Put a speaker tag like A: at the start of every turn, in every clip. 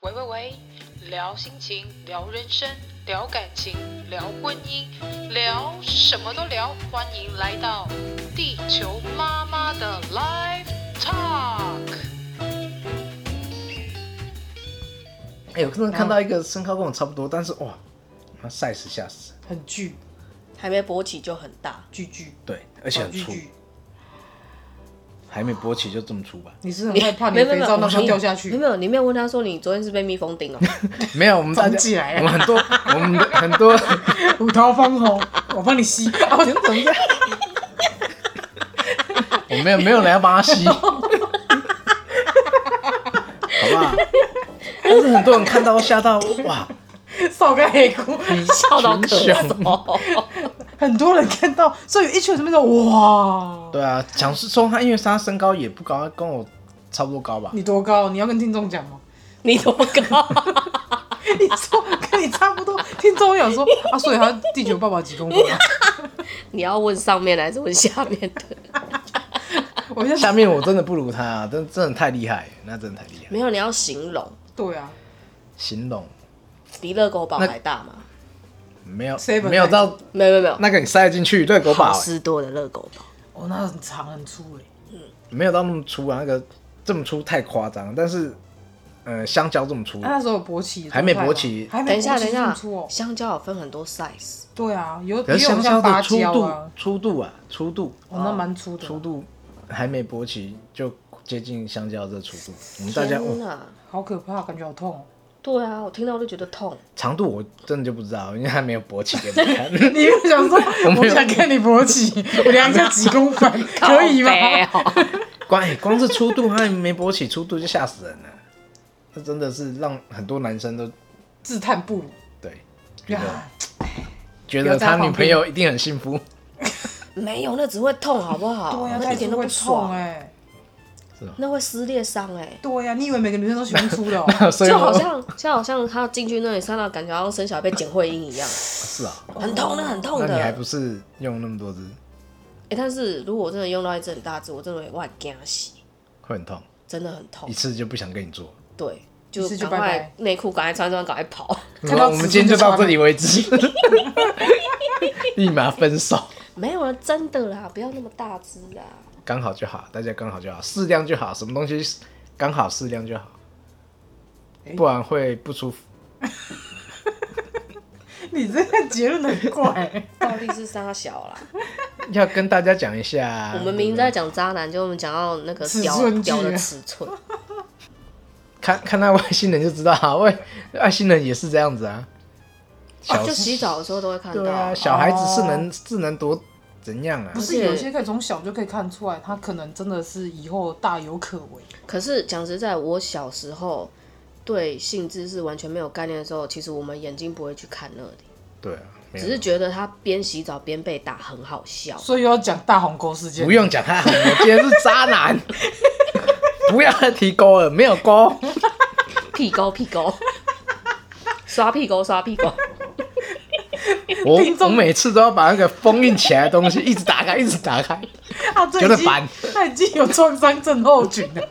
A: 喂喂喂，聊心情，聊人生，聊感情，聊婚姻，聊什么都聊。欢迎来到地球妈妈的 Live Talk。
B: 哎、我真的看
C: 哦
B: 到一个身高跟我差不多，但是哇，他 size 吓死，
C: 很巨，还没勃起就很大，巨巨，
B: 对，而
D: 哦
B: 且很粗
C: 哦巨，巨。
B: 还没勃起就这么粗吧？
D: 你是很害怕你的肥皂那时候掉下去
C: 没有？没有，你没有问他说你昨天是被蜜蜂 叮了、哦
B: 没有，我 们大
D: 站起
B: 家，
D: 来
B: 我
D: 啊
B: 们很多，我们的很多，
D: 五桃方红，我帮你 吸。我哦真 的样？
B: 我没有没有人要帮他 吸，好不好？但是很多人看到吓到，哇，
D: 扫个黑 哭，
C: 笑到
B: 群
C: 咳
B: 雄
C: 嗽。
D: 很多人看到，所以有一群人在那边说哇，
B: 对啊，蒋世聪他因为他身高也不高，跟我差不多高吧？
D: 你多高？你要跟听众讲吗？
C: 你多高？
D: 你说跟你差不多，听众想说啊，所以他地球爸爸几公分啊？
C: 你要问上面的还是问下面 的？
D: 我现
B: 下
D: 在
B: 面我真的不如他、啊，真真的太厉害，那真的太厉害，
C: 没有，你要形容，
D: 对啊，
B: 形容
C: 比热狗堡还大吗？
B: 没有
D: Seven
B: 没有到
C: 没有没有没有，
B: 那个你塞得进去热 狗堡、
C: 好
B: 欸。
C: 事多的热狗堡，
D: 哦，那很长很粗哎，
B: 没有到那么粗啊，那个这么粗太夸张，但是呃，香蕉这么粗，
D: 他那时候有勃起，
B: 还没勃起
D: 还没
C: 等
D: 勃
C: 一
D: 起
C: 下等一
D: 这么
C: 下
D: 粗哦，，
C: 香蕉有分很多 size，
D: 对啊，有
B: 可
D: 也
B: 是
D: 有
B: 香蕉
D: 像芭
B: 的粗
D: 蕉
B: 度、
D: 啊，
B: 粗度啊，粗度
D: 哦，那蛮粗的，
B: 粗度还没勃起就接近香蕉这粗度，我们大家、
C: 天
B: 哦、
C: 哪！
D: 好可怕，感觉好痛哦。
C: 对啊，我听到我就觉得痛。
B: 长度我真的就不知道，因为还没有勃起给你看。
D: 你又想说，
B: 我没
D: 我
B: 有
D: 想看你勃起，我量个几公分， 可以吗？
C: 靠北哦
B: 光、哎光是粗度还没勃起，粗度就吓死人了，这真的是让很多男生都
D: 自叹不如。
B: 对觉得
D: 呀，
B: 觉
D: 不
B: 得
D: 要在
B: 他
D: 他
B: 女
D: 旁
B: 朋
D: 边
B: 友一定很幸福，
C: 没有，那只会痛，好不好？
D: 对呀、啊
C: 那
D: 太
C: 一点
D: 粗
C: 都
D: 会
C: 不
D: 痛
C: 爽，
D: 哎、
C: 那会撕裂伤哎、
D: 对呀、你以为每个女生都喜欢粗的哦、
B: 所以
C: 就
B: 我
C: 好像就好像他进去那里，伤到感觉好像生小孩被剪会阴一样，
B: 是啊，
C: 很痛，那很痛
B: 那
C: 的。
B: 你还
C: 哎、
B: 不是用那么多只
C: 但是如果我真的用到一只很大只，我真的会我很惊喜，
B: 会很痛，
C: 真的很痛
B: 一。次就不想跟你做。
C: 对，
D: 一
C: 就
D: 次就
C: 赶
D: 拜拜
C: 快内裤赶快穿穿，赶快跑。
D: 看到
B: 我们
D: 尺寸
B: 今天就
D: 就
B: 到
D: 穿
B: 这里为止， 立马分手，
C: 没有了，啊真的啦，不要那么大只啊啦。
B: 刚好就好，大家刚好就好，适量就好，什么东西刚好适量就好，不然会不舒服。
D: 你这个结论很怪、 欸。
C: 到底是杀 小啦，
B: 要跟大家讲一下，
C: 我们明明在讲渣男，就我们讲到那个
D: 尺
C: 屌
D: 寸
C: 屌
B: 啊
C: 的
D: 剧
C: 尺 寸，啊
B: 看看那外星人就知道啊，外外星人也是这样子啊，小、
C: 哦就洗澡的哦时候都会看到。
B: 对啊，小孩子是能、是能多怎样啊
D: 不？是有些可以从小就可以看出来，他可能真的是以后大有可为。
C: 可是讲实在，我小时候对性知识完全没有概念的时候，其实我们眼睛不会去看那里，
B: 对啊，没
C: 只
B: 有
C: 是觉得他边洗澡边被打很好笑。
D: 所以要讲大鸿沟事件
B: 不，用讲他，我今天是渣 男，不要再提勾了，没有勾。
C: 屁沟屁沟，刷屁沟刷屁沟，
B: 我
D: 听
B: 我
D: 众
B: 每次都要把那个封印起来的东西一直打开，一直打 开。
D: 他啊最
B: 觉得
D: 近
B: 烦
D: 他已经有创伤症候群了，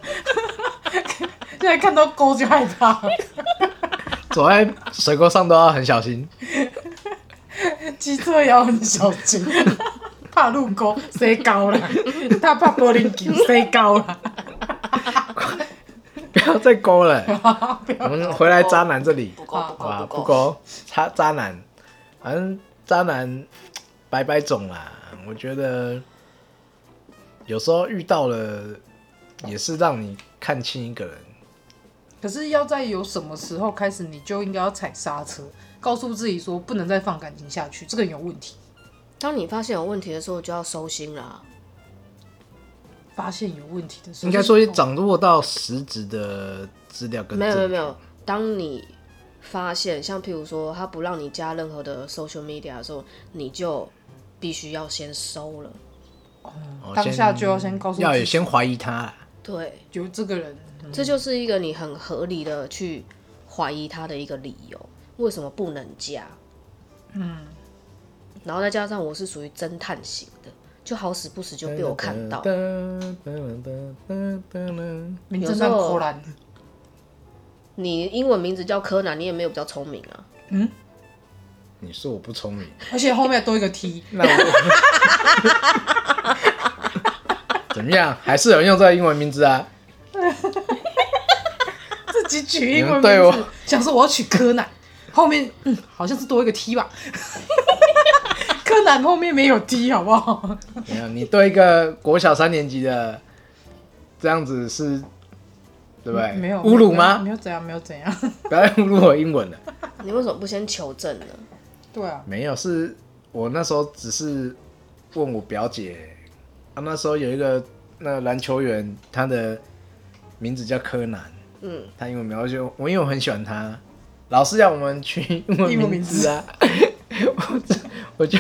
D: 现在看到沟就害怕，
B: 走在水沟上都要很小心。
D: 骑车也要很小心， 怕路沟，谁高 了？他怕玻璃球，谁高了？
B: 不要再勾 了，我们回来渣男这里，
C: 不够不
B: 好吧？
C: 够
B: 不
C: 够，
B: 勾，渣渣男，反正渣男百百种啦。我觉得有时候遇到了，也是让你看清一个人。
D: 可是要在有什么时候开始，你就应该要踩刹车，告诉自己说不能再放感情下去，这个人有问题。
C: 当你发现有问题的时候，就要收心啦。
D: 发现有问题的时候，哦
B: 应该说
D: 就是
B: 掌握到实质的资料跟
C: 没有没有没
B: 有，
C: 有，当你发现像譬如说他不让你加任何的 social media 的时候，你就必须要先收了。
B: 哦
D: 当下就要先告诉
B: 要
D: 自
B: 有
D: 己
B: 先怀疑他啦。
C: 对，
D: 有这个人，嗯
C: 这就是一个你很合理的去怀疑他的一个理由，为什么不能加？嗯，然后再加上我是属于侦探型的，就好死不死就被我看到。
B: 噔噔噔噔噔噔噔
D: 名
C: 有
D: 侦
C: 时
D: 探
C: 候
D: 柯南，
C: 你英文名字叫柯南，你也没有比较聪明啊。
B: 你说我不聪明，
D: 而且后面多一个 T，
B: 那我怎么样？还是有人用这个英文名字 啊？
D: 自己取英
B: 你们
D: 文
B: 对
D: 名
B: 我
D: 字，想说我要取柯南，后面嗯好像是多一个 T 吧， 柯南后面没有 T 好不好？
B: 没有，你对一个国小三年级的这样子是，对不对？
D: 嗯没有
B: 侮辱吗
D: 没？有怎样，没有怎样。
B: 不要再侮辱我英文了。
C: 你为什么不先求证呢？
D: 对啊，
B: 没有，是我那时候只是问我表姐，啊，那时候有一个那个篮球员，他的名字叫柯南，
C: 嗯，
B: 他英文名我就我因为我很喜欢他，老师要我们取英文
D: 英
B: 名
D: 文名字
B: 字啊，我就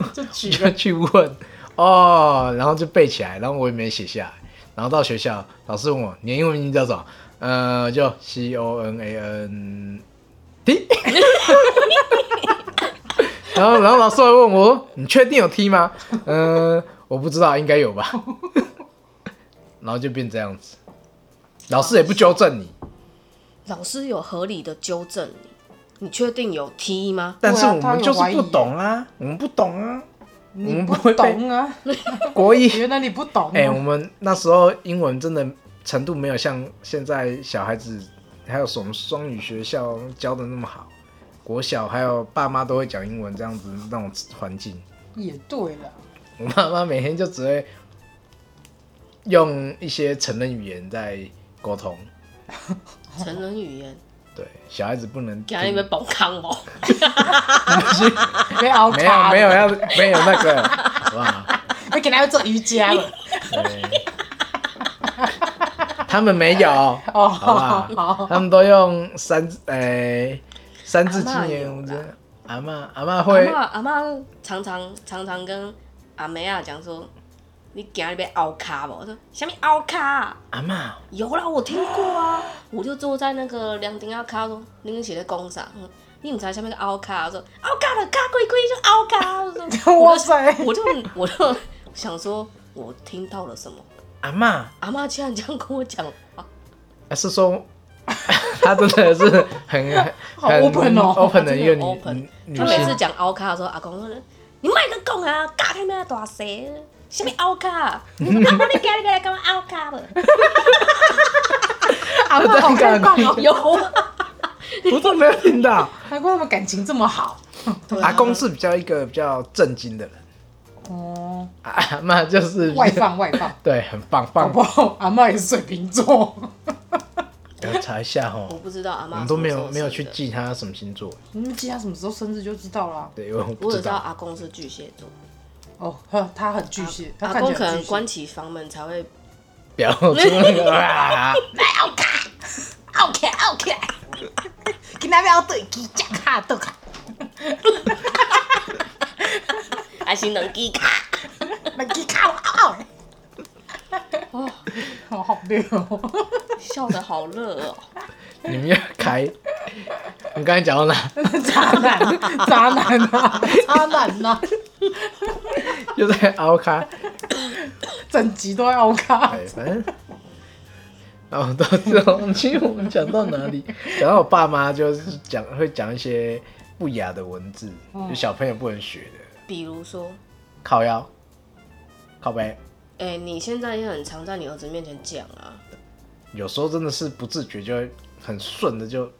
B: 我就
D: 就取
B: 就去问哦，然后就背起来，然后我也没写下来，然后到学校老师问我你的英文名叫什么，呃，就 C O N A N T，然后然后老师还问我你确定有 T 吗？嗯、我不知道，应该有吧， 然后就变这样子，老师也不纠正你，
C: 老师有合理的纠正你，你确定有 T 吗？
B: 但是
D: 对啊
B: 我
D: 他
B: 们
D: 有
B: 就是
D: 怀疑
B: 不懂啊，我们不懂啊，我
D: 你
B: 们
D: 不
B: 会被
D: 懂啊，
B: 国一。
D: 原来你不懂、啊。
B: 哎、我们那时候英文真的程度没有像现在小孩子，还有什么双语学校教的那么好。国小还有爸妈都会讲英文这样子那种环境，
D: 也对了，
B: 我爸妈每天就只会用一些成人语言在沟通。
C: 成人语言，
B: 对，小孩子不 能
C: 给
B: 听，
C: 你们崩康哦。
D: 被熬
B: 没有
D: 卡，
B: 没有，要没有那个哇，
D: 我给他做瑜伽了。
B: 对，他们没有。
D: 哦，
B: 好吧，
D: 好，
B: 他们都用三字诶、三字经
C: 阿嬷有
B: 言
C: 啦，
B: 阿妈阿妈
C: 阿
B: 会
C: 妈阿妈常常常常跟阿梅啊讲说，你今日被凹卡不？我说什么凹卡啊？
B: 阿妈
C: 有啦，我听过啊。我就坐在那个凉亭啊，卡说你们写的工厂，嗯你们才下面个凹卡，我说凹卡了，卡鬼鬼就凹卡。我说
D: 哇塞
C: 我就我就我就想说，我听到了什么？
B: 阿妈，
C: 阿妈竟然这样跟我讲话，
B: 啊是说 她真的是 很
D: 好
B: 很
D: open 哦
B: open 的
C: 真
B: 一
C: 的
B: 个
C: 很 open
B: 女女
C: 她
B: 女
C: 每次
B: 性，
C: 讲凹卡的时候，阿公说你卖个讲啊，卡开咩大蛇，什么凹卡？你说阿妈你今日来干嘛凹卡了？
D: 阿爸好开放哦，
C: 有
B: 我都没有听到。
D: 难怪他们感情这么好。
C: 啊
B: 阿公是比较一个比较震惊的人，
D: 哦，
B: 啊阿妈就是
D: 外放外放，
B: 对，很棒
D: 好
B: 棒
D: 不。好？阿妈也是水瓶座，
B: 我查一下
C: 我
B: 哦，
C: 不知道阿
B: 我
C: 妈
B: 们都没
C: 什么时
B: 有
C: 候
B: 没有
C: 生
B: 去
C: 的，
B: 记她什么星座，
D: 你们记他什么时候生日就知道啦。
B: 对，因为我不
C: 我只
B: 知
C: 知道
B: 道。
C: 阿公是巨蟹座。
D: 哦，呵他很巨蟹，他
C: 阿
D: 看
C: 公
D: 起
C: 可
D: 来很
C: 能
D: 巨
C: 关
D: 蟹。
C: 起房门才会
B: 不要出那个啊！
C: OK OK，
D: 今天要对鸡架卡豆卡，
C: 还是哎能给卡。
D: 那鸡卡我嗷嗷的。
C: 哦，
D: 好好溜哦！
C: 笑得好热哦。
B: 你们要开，你刚才讲到哪？
D: 渣男，渣男啊，渣男啊，
B: 又在凹咖，
D: 整集都在凹卡
B: 哎，。反正，然后到这种，其实我们讲到哪里？讲到我爸妈就是讲会讲一些不雅的文字，就小朋友不能学的，
C: 比如说，
B: 靠腰、靠背，
C: 哎、你现在也很常在你儿子面前讲啊，
B: 有时候真的是不自觉就会很顺的就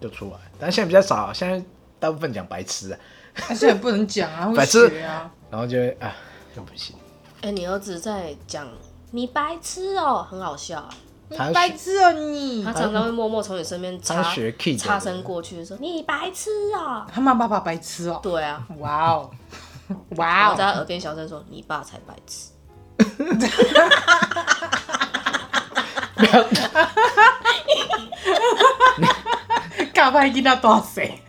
B: 就出来，但现在比较少，现在大部分讲白痴啊，
D: 而且也不能讲啊，会
B: 白痴
D: 学啊。
B: 然后就会啊又不行，
C: 哎、你儿子在讲你白痴哦，很好笑、啊。
B: 他
D: 白痴哦你
C: 他！常常会默默从你身边
B: 他
C: 插
B: 学 kid
C: 插身过去说你白痴哦。
D: 他骂爸爸白痴哦。
C: 对啊，
D: 哇哦，
C: 然
D: 哇
C: 后在
D: 哦，
C: 他耳边小声说你爸才白痴。
D: 干嘛一定要多谁？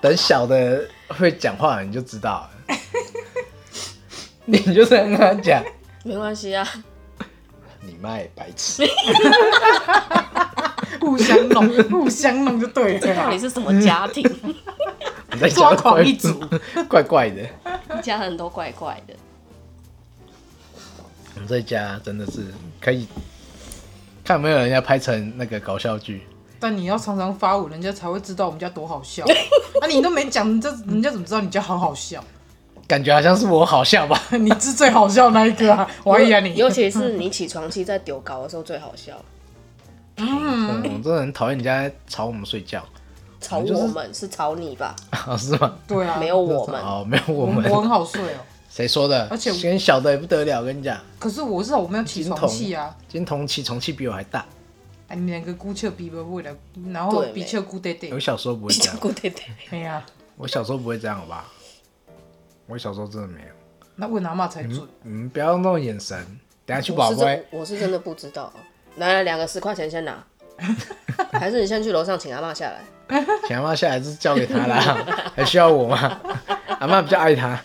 B: 等小的会讲话了你就知道了， 你就这样跟他讲。
C: 没关系啊，
B: 你卖白痴，
D: 互相弄，互相弄就对啊
C: 这
D: 了
C: 到
D: 啦
C: 底。是什么家 庭？
B: 你在
D: 抓
B: 讲
D: 狂一族，
B: 怪怪的。
C: 一家人都怪怪的。
B: 我们这家真的是可以看有没有人家拍成那个搞笑剧，
D: 但你要常常发文，人家才会知道我们家多好笑。啊，你都没讲，人家人家怎么知道你家好好笑？
B: 感觉好像是我好笑吧？
D: 你是最好笑那一个啊！我怀疑啊你。
C: 尤其是你起床气在丢稿的时候最好笑，
B: 嗯， 我真的很讨厌人家吵我们睡觉，
C: 吵我们是吵你吧，
B: 啊是吗？
D: 对啊，
C: 没有我 们。
B: 哦，没有我
D: 我
B: 们，
D: 我很好睡哦。
B: 谁说的？
D: 而且我
B: 跟小的也不得了，跟你讲，
D: 可是我是我没有起床气啊！
B: 金童起床气比我还大。
D: 哎，你们两个姑且比不会了，然后
C: 对
D: 比切姑爹爹
B: 我。小时候不会
C: 你
B: 这
C: 讲
B: 样，
C: 过对对，
D: 哎呀，
B: 我小时候不会这样，好吧？我小时候真的没有。
D: 那问阿妈才准。
B: 你们不要弄眼神，等下去
C: 我
B: 宝
C: 是
B: 贝
C: 真，我是真的不知道。啊来来，两个十块钱先拿，还是你先去楼上请阿妈下来？
B: 请阿妈下来是交给他啦， 还需要我吗？阿妈比较爱他，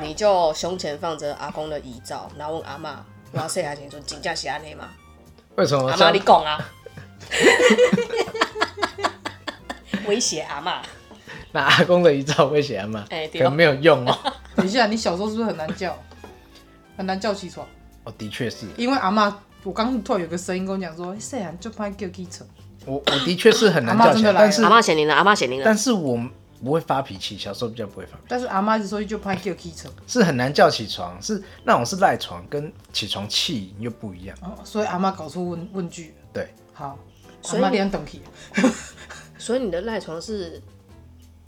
C: 你就胸前放着阿公的遗照，然后问阿妈：“哇塞，还请说请假是安内吗？”
B: 为什么
C: 阿
B: 这
C: 妈
B: 样
C: 你？讲啊， 威胁阿妈，
B: 那阿公的遗照会写阿妈，
C: 哎
B: 可
C: 对哦
B: 能没有用哦。
D: 等一下，你小时候是不是很难叫？很难叫起床，
B: 哦，的确是，
D: 因为阿妈，我刚突然有个声音跟我讲说，谁啊就怕叫起床。
B: 我我的确是很难
D: 阿嬷
B: 叫起
D: 真的
B: 来，
D: 来了
B: 但是
C: 阿妈显灵了，阿妈显灵了
B: 但。是我不会发脾气，小时候比较不会发脾气，
D: 但是阿妈一直说就怕叫起床，
B: 是很难叫起床，是那种是赖床，跟起床气又不一样。
D: 哦所以阿妈搞出问问句。
B: 对，
D: 好，阿
C: 所以
D: 妈脸等起。
C: 所以你的赖床是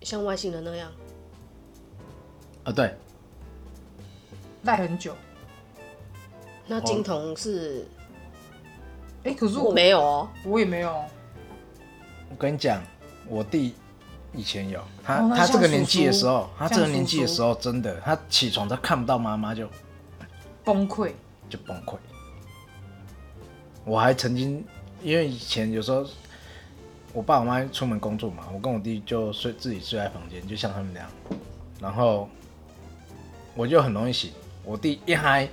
C: 像外星人那样，
B: 啊对，
D: 赖很久。
C: 那金童是
D: 哎、可是
C: 我
D: 我
C: 没有哦，
D: 我也没有，
B: 我跟你讲，我弟以前有，他、
D: 哦那
B: 他这个
D: 像
B: 年纪的
D: 叔叔
B: 时候，他这个
D: 像
B: 年纪的
D: 叔叔
B: 时候，真的，他起床他看不到妈妈就
D: 崩溃。
B: 就崩溃。我还曾经，因为以前有时候我爸我妈出门工作嘛，我跟我弟就睡自己睡在房间，就像他们那样，然后我就很容易醒，我弟一嗨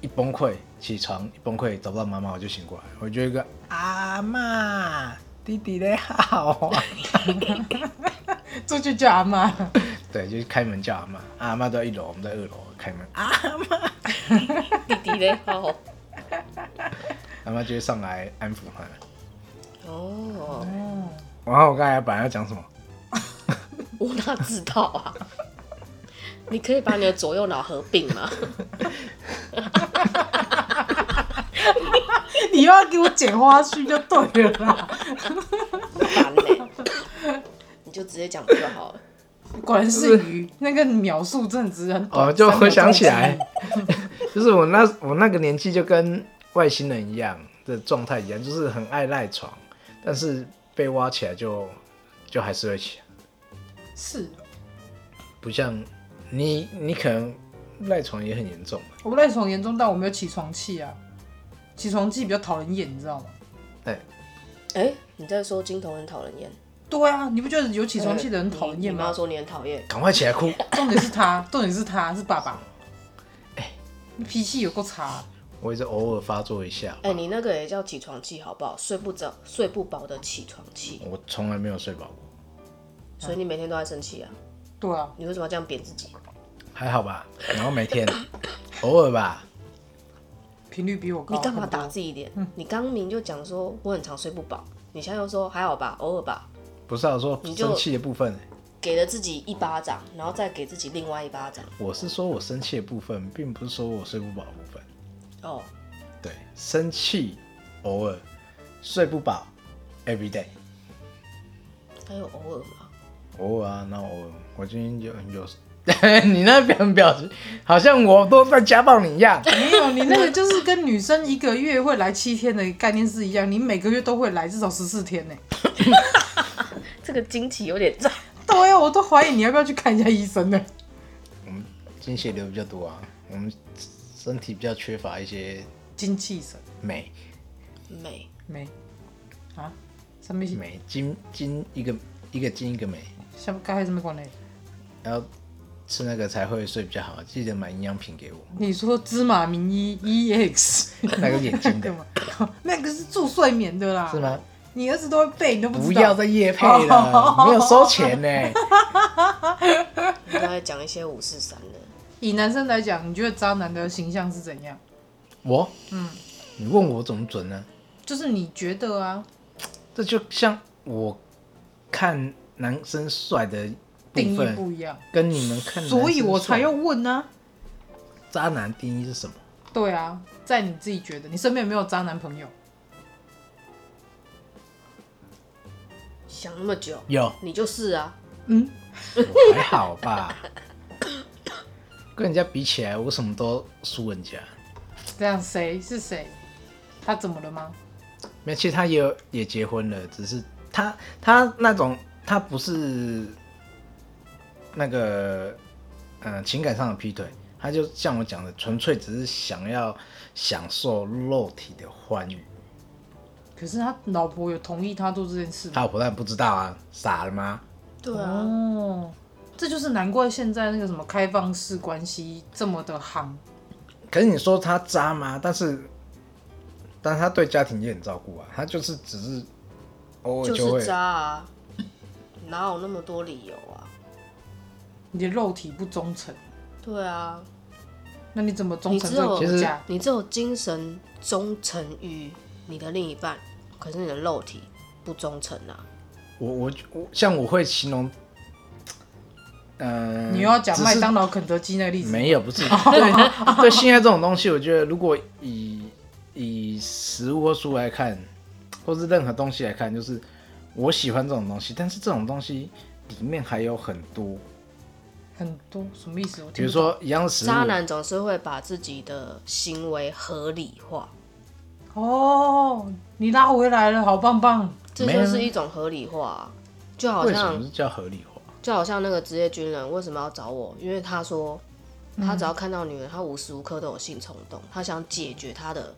B: 一崩溃起床一崩溃找不到妈妈我就醒过来，我就一个阿妈弟弟嘞好啊，
D: 这就叫阿妈，
B: 对，就是开门叫阿妈，啊阿妈都在一楼，我们在二楼开门，啊
C: 弟弟嘞，哦
B: 阿妈就会上来安抚他。
C: 哦，
B: 然后我刚才本来要讲什么？
C: 我哪知道啊？ 你可以把你的左右脑合并吗？
D: 你又要给我剪花絮就对了啦。
C: 烦嘞，你就直接讲不就好了？
D: 果然是鱼，那个秒数真的只很短。
B: 哦，就
D: 三秒
B: 回想起
D: 钟
B: 来， 就是我那我那个年纪就跟外星人一样的状态一样，就是很爱赖床，但是被挖起来就就还是会起来，
D: 是哦，
B: 不像你你可能赖床也很严重，
D: 我赖床严重，但我没有起床气啊。起床气比较讨人厌，你知道吗？
B: 哎，
C: 哎、你在说金童很讨人厌，
D: 对啊，你不觉得有起床气的人讨人厌
C: 你你妈
D: 吗？
C: 说你很讨厌，
B: 赶快起来哭。
C: 哎
D: 重点是他， 重点是他是爸爸。
B: 哎
D: 你脾气有够差，
B: 我也是偶尔发作一下，
C: 哎、你那个也叫起床气好不好？睡不着、睡不饱的起床气，
B: 我从来没有睡饱过，
C: 所以你每天都在生气啊？
D: 对啊，
C: 你为什么要这样贬自己？
B: 还好吧？然后每天偶尔吧，
D: 频率比我高。
C: 你干嘛打？自己脸？
D: 嗯
C: 你刚明就讲说我很常睡不饱，你现在又说还好吧，偶尔吧，
B: 不是、啊、我说
C: 你就
B: 生气的部分，
C: 给了自己一巴掌，然后再给自己另外一巴掌。
B: 我是说我生气的部分，并不是说我睡不饱的部分。
C: 哦，
B: 对，生气偶尔，睡不饱，every day，
C: 还有偶尔嘛？
B: 偶尔啊，那偶尔，我今天就很有， 你那表表情好像我都在家暴你一 样，
D: 没有，你那 个就是跟女生一个月会来七天的概念是一样，你每个月都会来至少十四天呢、
C: 这个惊奇有点重。
D: 对啊，我都怀疑你要不要去看一下医生呢？
B: 经血流比较多啊，我们身体比较缺乏一些
D: 精气神
B: 镁，
C: 美，
D: 没啊？什么意思？
B: 镁金金一个一个金一个镁，
D: 像刚才什么关系？
B: 然后吃那个才会睡比较好，记得买营养品给我，
D: 你说芝麻名医 ，E EX
B: 那个眼睛
D: 对
B: 的
D: 吗？那个是助睡眠的啦。
B: 是？吗？
D: 你儿子都会背，你都不
B: 不
D: 知
B: 要
D: 道。
B: 再夜配了，没有收 钱呢、
C: 你刚才讲一些五四三的，
D: 以男生来讲，你觉得渣男的形象是怎样？
B: 我，嗯，你问我怎么准呢？
D: 就是你觉得啊，
B: 这就像我看男生帅的部
D: 定义不
B: 分，
D: 一样，
B: 跟你们看男生帅，
D: 所以我才要问呢、
B: 渣男定义是什么？
D: 对啊，在你自己觉得，你身边有没有渣男朋友？
C: 想那么久，
B: 有
C: 你就是啊，
D: 嗯，
B: 我还好吧？跟人家比起来，我什么都输人家。
D: 这样谁是谁？他怎么了吗？
B: 没有，其实他也有也结婚了，只是他他那种他不是那个呃情感上的劈腿，他就像我讲的，纯粹只是想要享受肉体的欢愉。
D: 可是他老婆有同意他做这件事吗？
B: 他老婆当然不知道啊，傻了吗？
C: 对啊，
D: 哦，这就是难怪现在那个什么开放式关系这么的夯。
B: 可是你说他渣吗？但是，但是他对家庭也很照顾啊，他就是只是偶尔
C: 就
B: 会
C: 是渣啊，哪有那么多理由啊？
D: 你的肉体不忠诚，
C: 对啊，
D: 那你怎么忠诚这个
C: 你
D: 国
B: 只有
D: 家？
C: 你只有精神忠诚于你的另一半，可是你的肉体不忠诚啊。
B: 我我我像我会形容，嗯、
D: 你又要讲
B: 只
D: 麦
B: 是
D: 当劳、肯德基那例子？
B: 没有，不是对对性爱这种东西，我觉得如果以以食物或书来看，或是任何东西来看，就是我喜欢这种东西，但是这种东西里面还有很多，
D: 很多什么意思？我
B: 比
D: 听
B: 如
D: 不懂，
B: 说一样的食物，
C: 渣男总是会把自己的行为合理化，
D: 哦，你拉回来了，好棒棒。
C: 这
B: 没
C: 就
B: 有
C: 是一种合理化啊、就好
B: 为什么
C: 像
B: 是叫合理化？
C: 就好像那个职业军人为什么要找我？因为他说他只要看到女人，他无时无刻都有性冲动，他想解决他的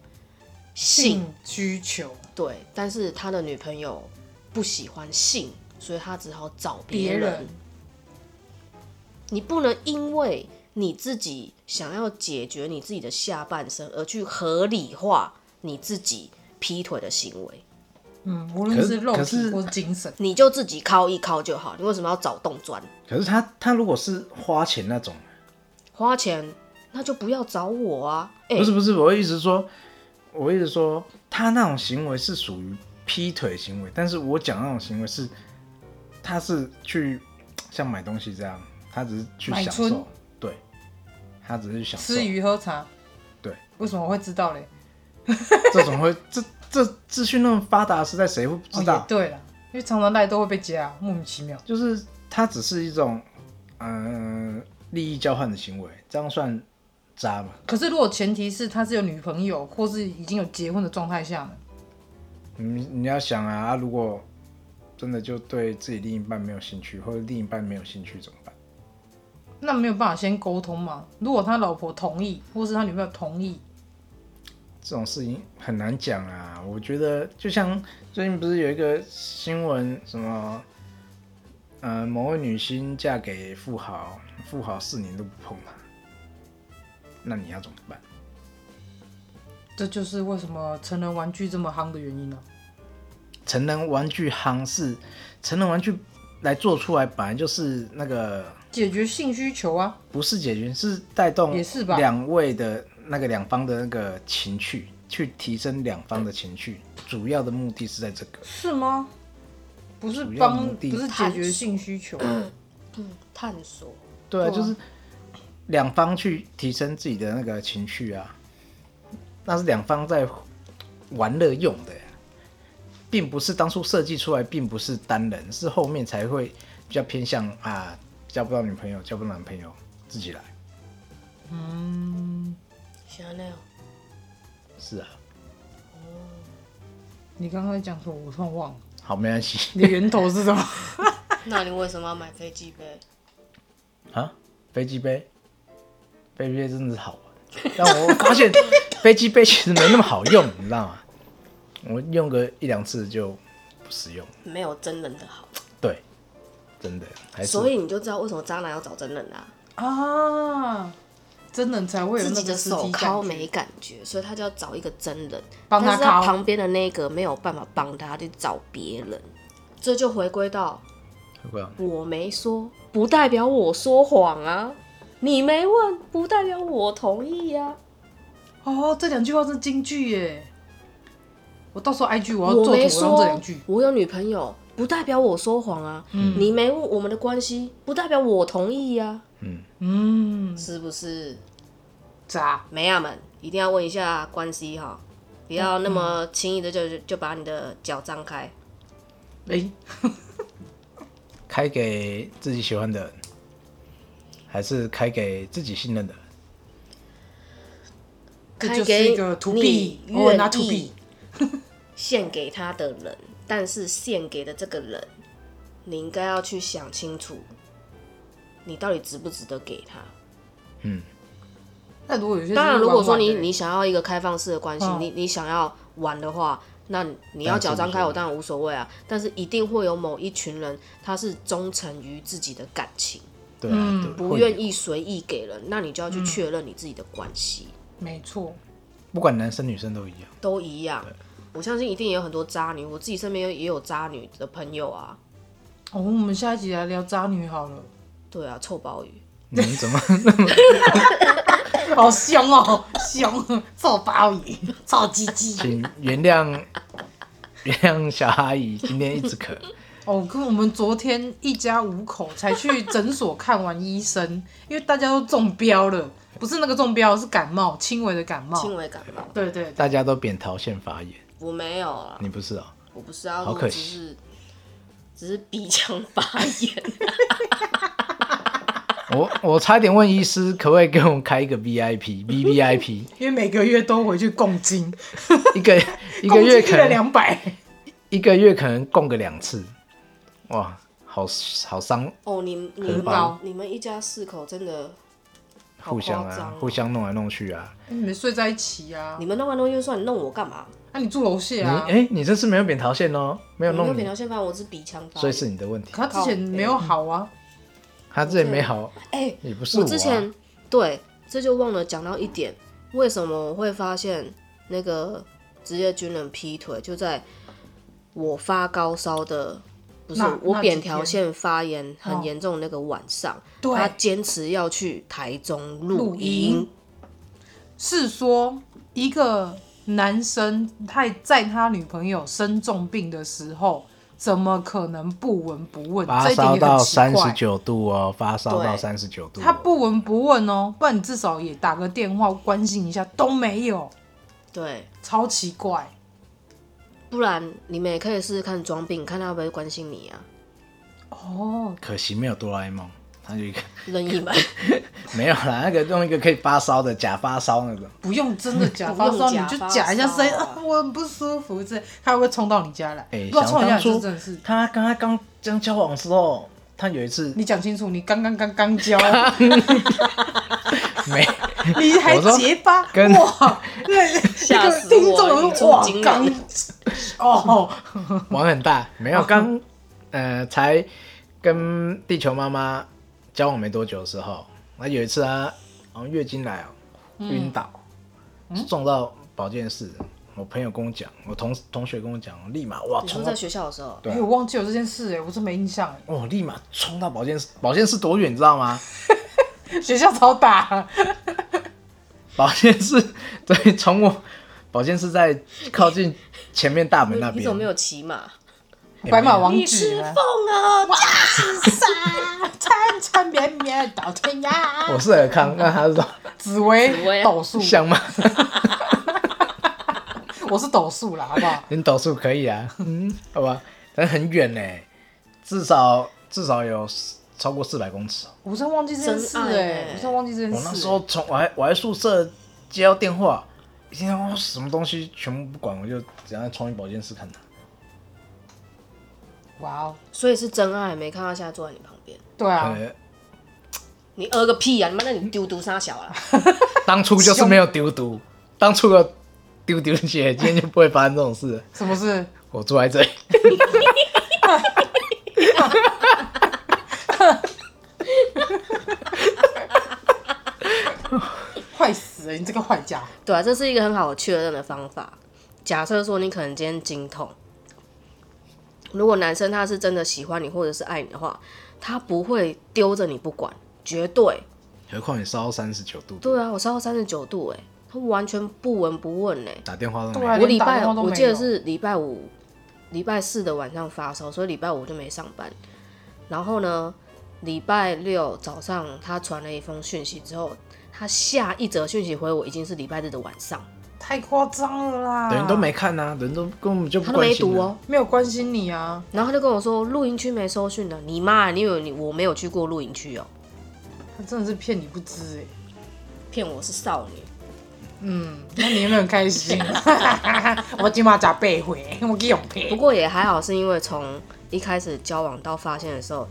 C: 性
D: 性需求，
C: 对，但是他的女朋友不喜欢性，所以他只好找
D: 别
C: 别
D: 人
C: 人。你不能因为你自己想要解决你自己的下半身，而去合理化你自己劈腿的行为。
D: 嗯，无论
B: 可是
D: 是肉
B: 可
D: 体
B: 是
D: 或是精神，
C: 你就自己敲一敲就好，你为什么要找洞钻？
B: 可是他他如果是花钱那种，
C: 花钱那就不要找我啊！哎、
B: 不是不是，我一直说，我一直说他那种行为是属于劈腿行为，但是我讲那种行为是，他是去像买东西这样，他只是去
D: 买
B: 享
D: 春
B: 受，对，他只是去享受
D: 吃，鱼喝茶，
B: 对，
D: 为什么我会知道嘞？
B: 这种会这这资讯那么发达的时代，谁会不
D: 哦
B: 知道？
D: 也对了，因为常常赖都会被加，莫名其妙。
B: 就是它只是一种嗯、呃利益交换的行为，这样算渣吗？
D: 可是如果前提是他是有女朋友或是已经有结婚的状态下呢？
B: 你你要想啊，啊如果真的就对自己另一半没有兴趣，或者另一半没有兴趣怎么办？
D: 那没有办法先沟通嘛。如果他老婆同意，或是他女朋友同意，
B: 这种事情很难讲啊。我觉得就像最近不是有一个新闻，什么，呃，某位女星嫁给富豪，富豪四年都不碰她，那你要怎么办？
D: 这就是为什么成人玩具这么夯的原因啊了、
B: 成人玩具行是成人玩具来做出来，本来就是那个
D: 解决性需求啊，
B: 不是解决，是带动
D: 也是吧
B: 两位的那个两方的那个情趣，去提升两方的情趣，主要的目的是在这个。
D: 是吗？不是
B: 主要
D: 帮，
B: 目的
D: 不是解决性需求，啊
C: 探索，
B: 对啊，
D: 对啊
B: 就是两方去提升自己的那个情绪啊，那是两方在玩乐用的呀，并不是当初设计出来，并不是单人，是后面才会比较偏向啊，交不到女朋友，交不到男朋友，自己来。
D: 嗯
C: 想那样
B: 是啊，
D: 你刚刚在讲什么？我突然忘了，
B: 好，没关系
D: 你的源头是什么？
C: 那你为什么要买飞机杯？
B: 啊。飞机杯，飞机杯真的是好玩， 但我发现飞机杯其实没那么好用，你知道吗？我用个一两次就不实用。
C: 没有真人的好，
B: 对，真的还是
C: 所以你就知道为什么渣男要找真人啊，
D: 啊，真人才会有
C: 自
D: 那
C: 己
D: 个
C: 的
D: 实
C: 手
D: 体
C: 敲
D: 感
C: 没
D: 觉。
C: 感觉，所以他就要找一个真人
D: 帮他
C: 但是他
D: 敲
C: 旁边的那个没有办法帮他，就找别人，这就回归到
B: 会啊
C: 我没说，不代表我说谎啊。你没问，不代表我同意呀、啊
D: 哦，这两句话是京剧耶，我到时候 IG 我要
C: 我
D: 做图，我
C: 没
D: 用这两
C: 说
D: 句，，
C: 我有女朋友，不代表我说谎啊。你没问我们的关系，不代表我同意呀、啊，
D: 嗯，
C: 是不是？
D: 渣，
C: 梅亚啊们一定要问一下关系哈，不要那么轻易的就就把你的脚张开。
D: 哎、
B: 开给自己喜欢的人，还是开给自己信任的人？
D: 这
C: 开
D: 就是一
C: 给
D: 个 to
C: 你
D: B，
C: 愿
D: 我拿 to
C: 意
D: B，
C: 献给他的人，但是献给的这个人，你应该要去想清楚，你到底值不值得给他。
D: 那如果有些
C: 当然，如果说你
D: 是
C: 你想要一个开放式的关系，
D: 嗯
C: 你你想要玩的话，那你要脚张开，我当然无所谓啊。但是一定会有某一群人，他是忠诚于自己的感情，
B: 对啊，对
C: 嗯不
B: 会
C: 愿意随意给人，那你就要去确认你自己的关系，
D: 没错，
B: 不管男生女生都一样。
C: 都一样。我相信一定也有很多渣女，我自己身边也有渣女的朋友啊。
D: 哦，我们下一集来聊渣女好了，
C: 对啊，臭鲍鱼。
B: 你们怎么？
D: 好凶哦， 凶，臭鲍鱼， 臭鸡鸡，
B: 请原谅原谅小阿姨今天一直咳。
D: 哦，跟我们昨天一家五口才去诊所看完医生， 因为大家都中标了，不是那个中标，是感冒，轻微的感冒，
C: 轻微感冒，
D: 对对对，
B: 大家都扁桃腺发炎，
C: 我没有啊，
B: 你不是啊、
C: 我不是啊，
B: 好
C: 我
B: 可
C: 只
B: 惜
C: 是只是鼻腔发炎。
B: 我我差点问医师可不可以给我们开一个 VIP V VIP，
D: 因为每个月都回去共金，
B: 一 个 一个月可
D: 了
B: 能
D: 两百，哎
B: 一个月可能供个两次，哇，好好伤，
C: 哦，你们你
B: 很
C: 们
B: 棒
C: 你们一家四口真的好
B: 互相
C: 夸张
B: 啊
C: 哦，
B: 互相弄来弄去啊。
D: 你们睡在一起啊
C: 你，们弄完东西就算，你弄我干嘛？
D: 那、你住楼下
B: 你
D: 啊
B: 哎、，你这次没有扁桃腺哦，没有
C: 我没有
B: 弄
C: 扁桃
B: 你，
C: 腺发炎，我是鼻腔发炎。
B: 所以是你的问题。
D: 可他之前没
C: 嗯
D: 有好啊，
B: 他之前没好，
C: 哎、
B: 也不是
C: 我
B: 啊
C: 之前对这就忘了讲到一点，为什么我会发现那个职业军人劈腿，就在我发高烧的。不是
D: 那
C: 我
D: 那
C: 扁
D: 几天
C: 桃腺发炎
D: 哦
C: 很严重的那个晚上，
D: 对
C: 他坚持要去台中
D: 录
C: 录
D: 音
C: 音，
D: 是说一个男生他在他女朋友生重病的时候，怎么可能不闻不问？
B: 发
D: 这一点
B: 烧
D: 也很
B: 到
D: 奇
B: 三十
D: 怪。
B: 九度哦，发烧到
C: 对
B: 三十九度哦、
D: 他不闻不问哦，不然你至少也打个电话关心一下，都没有，
C: 对，
D: 超奇怪。
C: 不然你们也可以试试看装病，看他会不会关心你啊，
D: 哦，
B: 可惜没有哆啦 A 梦，他就一个
C: 任意 门。
B: 没有啦，那个弄一个可以发烧的假发烧那种，
D: 不用真的假
C: 不
D: 发
C: 用
D: 烧，你
C: 假
D: 就
C: 发
D: 假一下声音，
C: 烧啊
D: 啊我很不舒服，这他会冲到你家来，
B: 哎、
D: 不知道
B: 想
D: 冲你家
B: 当
D: 来是
B: 初
D: 真的是。
B: 他跟他刚刚交往的时候，他有一 次
D: 你讲清楚，你刚刚刚刚交，
B: 没
D: 你还
B: 我说
D: 结巴，
B: 跟
D: 哇！对，
C: 吓死我
D: 听众
C: 语
D: 有
C: 出
D: 哇
C: 惊人
D: 刚哦，
B: 玩很 大，没有哦刚呃才跟地球妈妈交往没多久的时候，那有一次他好像月经来
C: 嗯
B: 哦，晕倒，撞到保健室，我朋友跟我讲，我同同学跟我讲，立马哇
C: 你说
B: 冲到
C: 在学校的时候，
B: 对
D: 哎，我忘记有这件事哎，我真没印象
B: 哦立马冲到保健室，保健室多远你知道吗？
D: 哎，学校超大，
B: 保健室 对，从我保健室在靠近前面大啊门那
C: 你
B: 边。
C: 怎么没有骑马？
D: 白马王
C: 你
D: 子
C: 吃
D: 呢
C: 凤？啊！
D: 哇，是啥？缠缠绵绵到天涯。
B: 我是尔康，那他是说
D: 紫
C: 紫薇
D: 薇
C: 啊
D: 斗数，
B: 像吗？
D: 我是斗数啦，好不 好？
B: 你抖数可以啊，嗯，好吧，但很远呢、至少至少有超过四百公尺哦。
D: 我真忘记这件事
C: 真爱
D: 哎
C: 哎，
D: 我真忘记这件
B: 我
D: 事。
B: 那时候从我还我还宿舍接到电话，一听到哦什么东西全部不管，我就只要冲进保健室看他。
D: 哇哦，
C: 所以是真爱，没看到现在坐在你旁边。
D: 对啊，
B: 呃，
C: 你呃个屁呀、你妈，那你丢丢啥小啊啦？
B: 当初就是没有丢毒，当初有丢丢姐，今天就不会发生这种事了。
D: 什么事？
B: 我坐在这里。
D: 坏死了，你这个坏家伙！
C: 对啊，这是一个很好确认的方法。假设说你可能今天经痛，如果男生他是真的喜欢你或者是爱你的话，他不会丢着你不管，绝对。
B: 何况你烧三十九度，
C: 对啊，我烧到三十九度哎、他完全不闻不问呢、欸
B: 打电话都
D: 对
B: 没
D: 啊
B: 有。
C: 我
D: 连
C: 礼
D: 打
C: 拜
D: 电话都
C: 我
D: 没
C: 记得
D: 有
C: 是礼拜五、礼拜四的晚上发烧，所以礼拜五就没上班。然后呢，礼拜六早上他传了一封讯息之后，他下一则讯息回我已经是礼拜日的晚上，
D: 太夸张了啦！
B: 人都没看呐、人都根本就不
C: 他都没
B: 关心
C: 读
B: 啊
C: 哦、
D: 没有关心你啊，
C: 然后他就跟我说露营区没收讯了，你妈，你以为你我没有去过露营区哦、
D: 他真的是骗你不知哎、
C: 骗我是少女。
D: 嗯，那你有没有很开心？ 我今晚咋背回？我给用
C: 不
D: 赔。
C: 过也还好，是因为从一开始交往到发现的时候，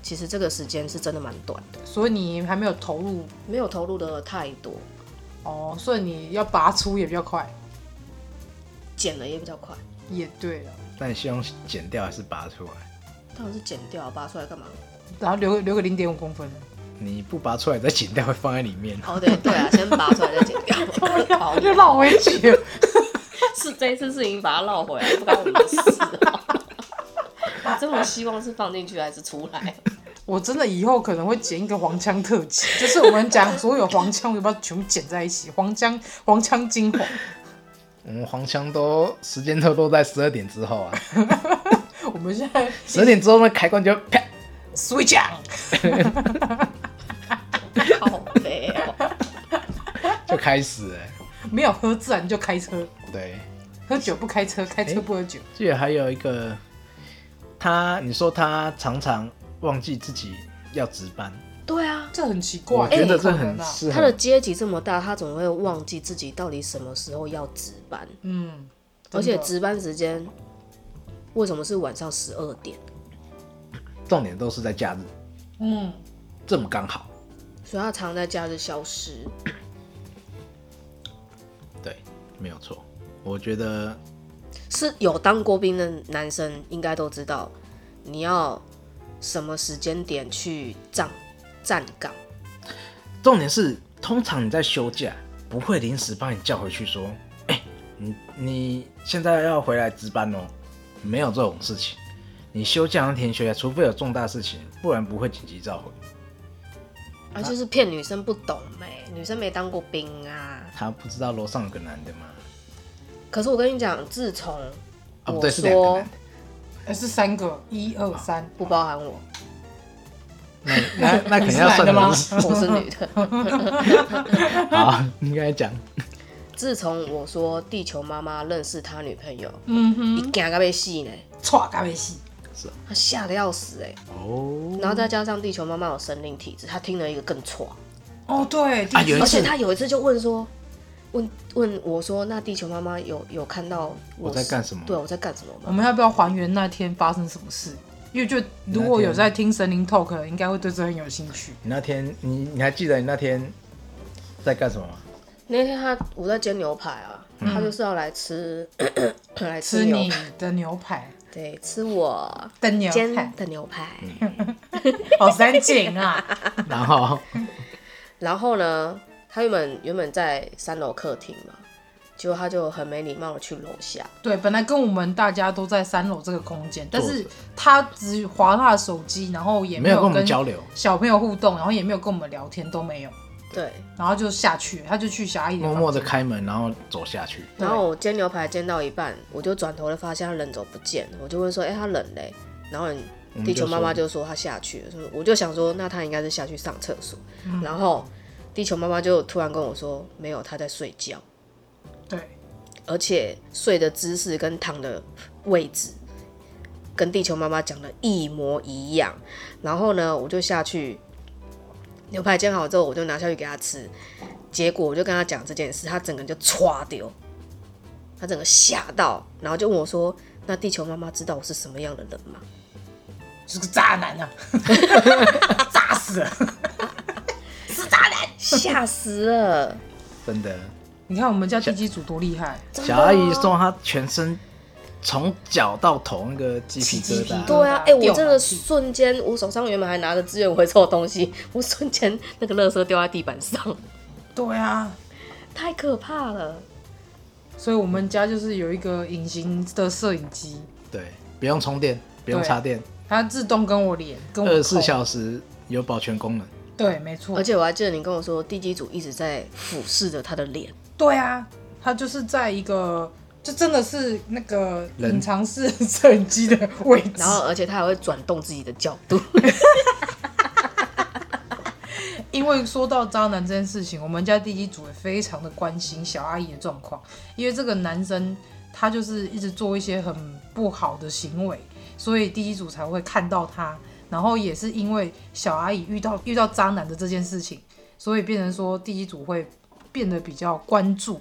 C: 其实这个时间是真的蛮短的，
D: 所以你还没有投入
C: 没有投入的太多，
D: 哦，所以你要拔出也比较快。
C: 剪了也比较快。
D: 也对了，
B: 但希望剪掉还是拔出来？
C: 当然是剪掉，啊拔出来干嘛？
D: 然后留个留个零点五公分。
B: 你不拔出来再剪掉会放在里面。
C: 哦，对对 啊，先拔出来再剪掉。好，
D: 又绕回去，
C: 啊是这一次是已经把它绕回来，不关我们的 事、我真的希望是放进去还是出来？
D: 我真的以后可能会剪一个黄腔特 辑，就是我们讲所有黄腔，我把它全部剪在一起，黄腔黄腔精华。
B: 我们黄腔都时间都都在十二点之后 啊，
D: 我们现在
B: 十二点之后那开关就啪，
D: switch on，
C: 好肥哦！
B: 就开始了。
D: 没有喝自然就开车，
B: 对，
D: 喝酒不开车，开车不喝酒。
B: 记得还有一个，他你说他常常忘记自己要值班，
C: 对啊，
D: 这很奇怪，
B: 我觉得这
D: 怎么可能
B: 很
D: 啊
B: 适
C: 他的
B: 合。
C: 阶级这么大，他总会忘记自己到底什么时候要值班，
D: 嗯，
C: 而且
D: 真的
C: 值班时间为什么是晚上十二点？
B: 重点都是在假日，
D: 嗯，
B: 这么刚好。
C: 所以他常在假日消失。
B: 对，没有错。我觉得
C: 是有当过兵的男生应该都知道，你要什么时间点去站站岗。
B: 重点是，通常你在休假不会临时帮你叫回去说，哎、你你现在要回来值班哦，没有这种事情。你休假那天休假，除非有重大事情，不然不会紧急召回。
C: 啊，就是骗女生不懂呗、女生没当过兵啊。
B: 他不知道楼上有个男的吗？
C: 可是我跟你讲，自从
B: 啊，不
C: 我
B: 对，是两个
C: 说
B: 男的。
D: 呃是三个，一二三，
C: 不包含 我，
B: 那那那肯定要算
D: 你
B: 成
D: 是
B: 是
C: 我是女的。
B: 好，你刚才讲，
C: 自从我说地球妈妈认识他女朋友，
D: 嗯哼，
C: 一惊到被戏呢，
D: 唰咖啡西，
C: 他吓得要死哎、
B: 哦，
C: 然后再加上地球妈妈有生命体质，他听了一个更错。
D: 哦对，
B: 啊有一
C: 而
B: 次
C: 且他有一次就问说，问问我说，那地球妈妈有有看到
B: 我
C: 我
B: 在
C: 是
B: 干什么
C: 对，我在干什么
D: 我
C: 吗？
D: 们要不要还原那天发生什么事？因为就如果有在听神灵 talk，的应该会对这很有兴趣。
B: 你那天你你还记得你那天在干什么吗？
C: 那天他我在煎牛排啊，
B: 嗯
C: 他就是要来吃 来
D: 吃
C: 牛
D: 你的牛排
C: 对，吃我
D: 的牛
C: 煎
D: 排，
C: 的牛排。
B: 嗯
D: 好三井啊！
B: 然后
C: 然后呢，他原本原本在三楼客厅嘛，结果他就很没礼貌的去楼下，
D: 对，本来跟我们大家都在三楼这个空间，但
B: 坐
D: 是
B: 着
D: 他只划他的手机，然后也
B: 没有跟我们
D: 跟
B: 交流，
D: 小朋友互动，然后也没有跟我们聊天，都没有，
C: 对。
D: 然后就下去，他就去狭义
B: 默默的开门，然后走下去。
C: 然后我煎牛排煎到一半，我就转头了，发现他人走不见，我就问说：“哎、他人嘞？”然后
B: 我们
C: 地
B: 就
C: 球妈妈
B: 说
C: 就说他下去了，我就想说，那他应该是下去上厕所。
B: 嗯
C: 然后地球妈妈就突然跟我说：“没有，他在睡觉，
D: 对，
C: 而且睡的姿势跟躺的位置跟地球妈妈讲的一模一样。”然后呢，我就下去，牛排煎好之后，我就拿下去给他吃。结果我就跟他讲这件事，他整个人就歘丢，他整个吓到，然后就问我说：“那地球妈妈知道我是什么样的人吗？”
D: 是个渣男 啊， 渣死了！
C: 吓死了！
B: 真的，
D: 你看我们家地基组多厉害，
C: 真的
B: 小
C: 啊
B: 阿姨说她全身从脚到头那个鸡皮疙
D: 鸡皮
B: 瘩，
C: 对啊，哎、
D: 掉
C: 我真的
D: 下去
C: 瞬间，我手上原本还拿着资源回收的东西，我瞬间那个垃圾掉在地板上，
D: 对啊，
C: 太可怕了。
D: 所以我们家就是有一个隐形的摄影机，
B: 对，不用充电，不用
D: 对
B: 插电，
D: 它自动跟我连，跟我
B: 二十四
D: 扣
B: 小时有保全功能。
D: 对，没错
C: 而。且我还记得你跟我说，地基组一直在俯视着他的脸，
D: 对啊，他就是在一个，就真的是那个
B: 人
D: 隐藏式摄影机的位置
C: 然。后而且他还会转动自己的角度。
D: 因为说到渣男这件事情，我们家地基组也非常的关心小阿姨的状况，因为这个男生他就是一直做一些很不好的行为，所以地基组才会看到他。然后也是因为小阿姨遇到遇到渣男的这件事情，所以变成说地基组会变得比较关注，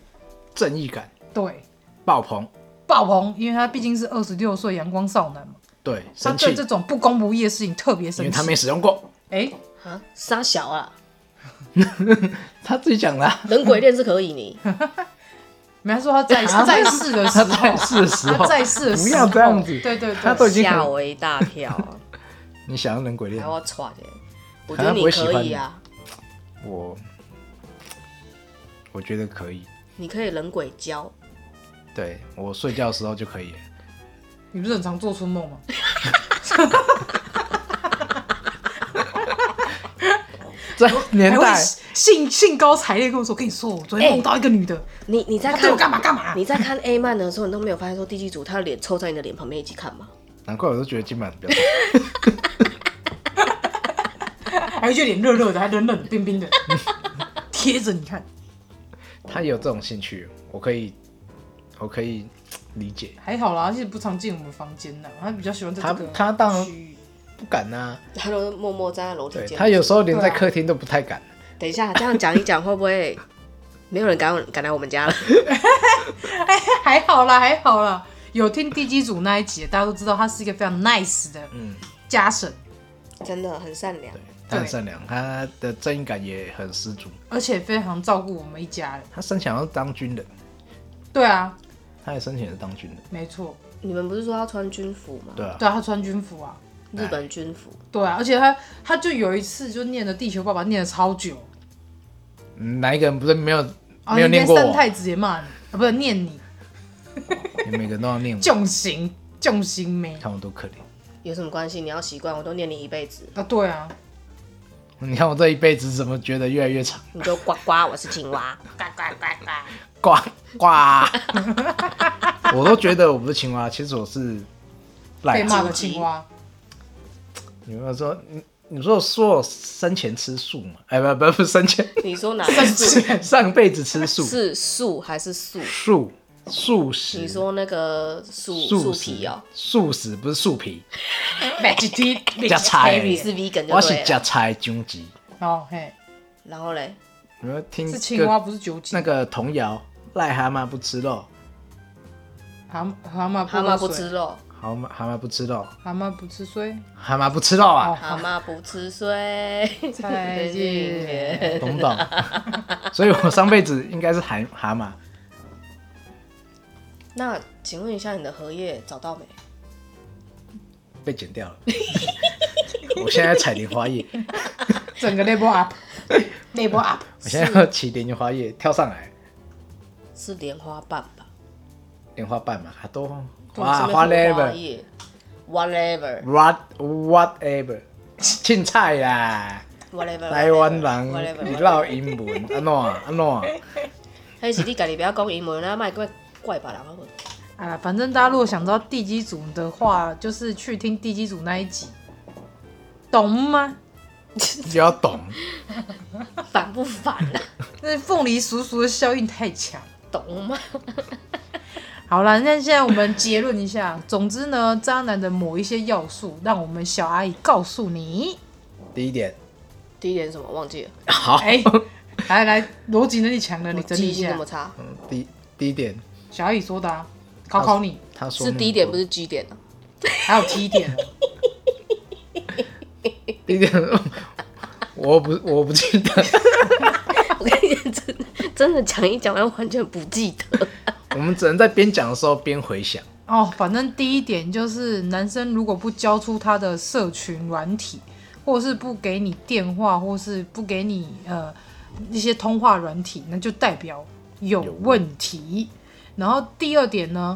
B: 正义感
D: 对
B: 爆棚，
D: 爆棚，因为他毕竟是二十六岁阳光少男嘛，
B: 对，
D: 他
B: 生气
D: 对，这种不公不义的事情特别
B: 因
D: 生
B: 为
D: 气。
B: 他没使用过，
D: 哎，
C: 啊， 傻小啊，
B: 他自己讲的啊、
C: 人鬼恋是可以你，
D: 没他说他在
B: 啊
D: 在世的时
B: 他
D: 候
B: 在。世的时
D: 他
B: 候，
D: 在世的时候
B: 不要这样子
D: 对对对，
B: 他 都已经
C: 吓
B: 很，
C: 我一大跳 啊，
B: 你想要人鬼恋
C: 还，要喘哎、我
B: 可能
C: 觉得
B: 他
C: 你
B: 不会喜
C: 可
B: 欢
C: 以
B: 你
C: 啊，
B: 我我觉得可以，
C: 你可以人鬼交，
B: 对我睡觉的时候就可以了，
D: 你不是很常做春梦吗？
B: 这年
D: 还会
B: 代
D: 兴兴高采烈跟我说，我跟你说，我昨天梦到一个女的，
C: 你你在
D: 她对
C: 看
D: 我干嘛干
B: 啊
D: 嘛。
C: 你在看 A 漫的时候，你都没有发现说第几组他的脸凑在你的脸旁边一起看吗？
B: 难怪我都觉得金满比较哎
D: 还有点热热的，还冷冷 冰冰的，贴着你看。
B: 他有这种兴趣，我可以，我可以理解。
D: 还好啦，其实不常进我们房间呐，他比较喜欢在
B: 他
D: 这个
B: 他当然
D: 区域。
B: 不敢呐、
C: 他都默默站在楼梯
B: 对
C: 间。
B: 他有时候连在
D: 对啊
B: 客厅都不太敢。
C: 等一下这样讲一讲，会不会没有人敢敢来我们家了？
D: 哎，还好啦，还好啦。有听地基组那一集，大家都知道他是一个非常 nice 的
B: 嗯，
D: 家神，
C: 真的很善良
B: 对，，他很善良，他的正义感也很十足。
D: 而且非常照顾我们一家人。
B: 他生前要当军人，
D: 对啊，
B: 他也生前是当军人，
D: 没错，
C: 你们不是说要穿军服吗？
B: 对啊，
D: 对啊，他穿军服啊，
C: 日本军服，
D: 对啊，而且他他就有一次就念了《地球爸爸》念了超久，
B: 嗯哪一个人不是没有
D: 啊，
B: 没有
D: 你
B: 念
D: 连
B: 过
D: 三
B: 我？
D: 太子也骂你，啊，不是念你，
B: 你每个人都要 念我，
D: 重刑重刑没？
B: 看我多可怜。
C: 有什么关系？你要习惯，我都念你一辈子，
D: 啊，对啊，
B: 你看我这一辈子怎么觉得越来越长？
C: 你就呱呱，我是青蛙，
B: 呱 呱，我都觉得我不是青蛙，其实我是
D: 被
B: 癞
D: 骂
B: 蛤
D: 的
B: 蟆。
D: 青蛙，
B: 你没有说你你说我说我生前吃素嘛？哎，不不不，生 前
C: 你说哪个树？
B: 上辈子吃素，
C: 是树还是素？
B: 素素食。
C: 你说那个树
B: 素
C: 树
B: 食
C: 皮哦，
B: 素食不是素皮，
D: vegetarian
B: 加菜
C: 你是 vegan
B: 哎我
C: 就是对啊
B: 加
C: 了。
B: 菜中吉。
D: 哦嘿，
C: 然后嘞，
B: 你们听
D: 是
B: 个
D: 青蛙不是酒井
B: 那，个童谣“癞蛤蟆不吃肉，
D: 蛤蛤蟆
C: 蛤蟆不吃
D: 水，
C: 肉，
B: 蛤蟆蛤蟆不吃肉，
D: 蛤蟆不吃水，
B: 蛤蟆不吃肉啊
C: 蛤蟆不吃水。
D: 再见。
C: 见”，
B: 懂不懂？所以我上辈子应该是蛤蛤蟆，
C: 那请问一下，你的荷叶找到没？
B: 被剪掉 了。我现在要采莲花叶，
D: 整个 level up，level up，
B: 我现在要骑莲花叶跳上来，
C: 是莲花瓣吧？
B: 莲花瓣嘛，啊都
C: 上
B: 花
C: 面是
B: 花
C: 花
B: level
C: 叶 ，whatever
B: what whatever，青菜啦。
C: whatever，
B: 啊台湾
C: 呃 whatever，
B: 人，你
C: whatever
B: 唠英文，安怎安怎？
C: 还是你家己不要讲英文啊，莫怪怪别人好无？
D: 啊，反正大家如果想知道地基组的话，就是去听地基组那一集，懂吗？
B: 你要懂，
C: 烦不烦啊？
D: 那凤梨叔叔的效应太强。
C: 懂吗？
D: 好了，那现在我们结论一下。总之呢，渣男的某一些要素，让我们小阿姨告诉你。
B: 第一点，
C: 第一点是什么忘记了？
B: 好，
D: 哎、来来，逻辑能力强的，你
C: 我
D: 整理
C: 记
D: 一
C: 性那
D: 下
C: 么。差，
B: 嗯第第一点，
D: 小阿姨说的、啊，考考你，
B: 他说
C: 是第一点不
B: 是
C: 是 G 点啊？
D: 还有 T 点哦。
B: 第一点， 我不我不记得，
C: 我跟你讲，真的真的讲一讲，我完全不记得。
B: 我们只能在边讲的时候边回想。
D: 哦，反正第一点就是，男生如果不交出他的社群软体，或是不给你电话，或是不给你呃一些通话软体，那就代表有问题。然后第二点呢，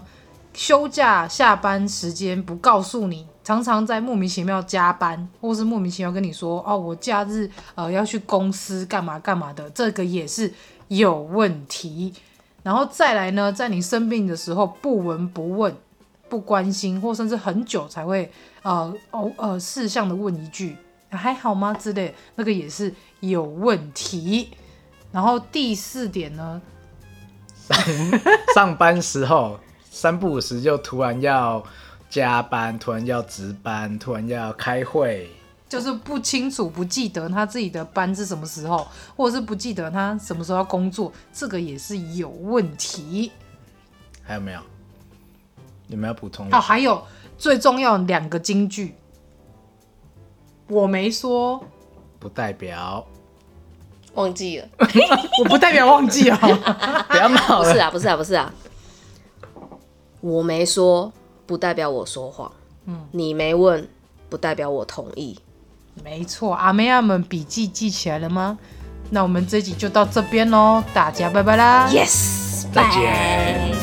D: 休假下班时间不告诉你，常常在莫名其妙加班，或是莫名其妙跟你说哦，我假日呃要去公司干嘛干嘛的，这个也是有问题。然后再来呢，在你生病的时候不闻不问、不关心，或甚至很久才会呃偶呃事项的问一句还好吗之类，那个也是有问题。然后第四点呢，
B: 上班时候三不五时就突然要加班，突然要值班，突然要开会，
D: 就是不清楚、不记得他自己的班是什么时候，或者是不记得他什么时候要工作，这个也是有问题。
B: 还有没有？有没有补充？
D: 哦，还有最重要两个金句，我没说，
B: 不代表，
C: 忘记了，
D: 我不代表忘记哦。
B: 不要闹
C: 不是
B: 了。
C: 啊，不是啊，不是啊，我没说，不代表我说谎。嗯，你没问，不代表我同意。
D: 没错，阿妹阿们笔记记起来了吗？那我们这集就到这边喽，大家拜拜啦。
C: Yes，
B: 再见。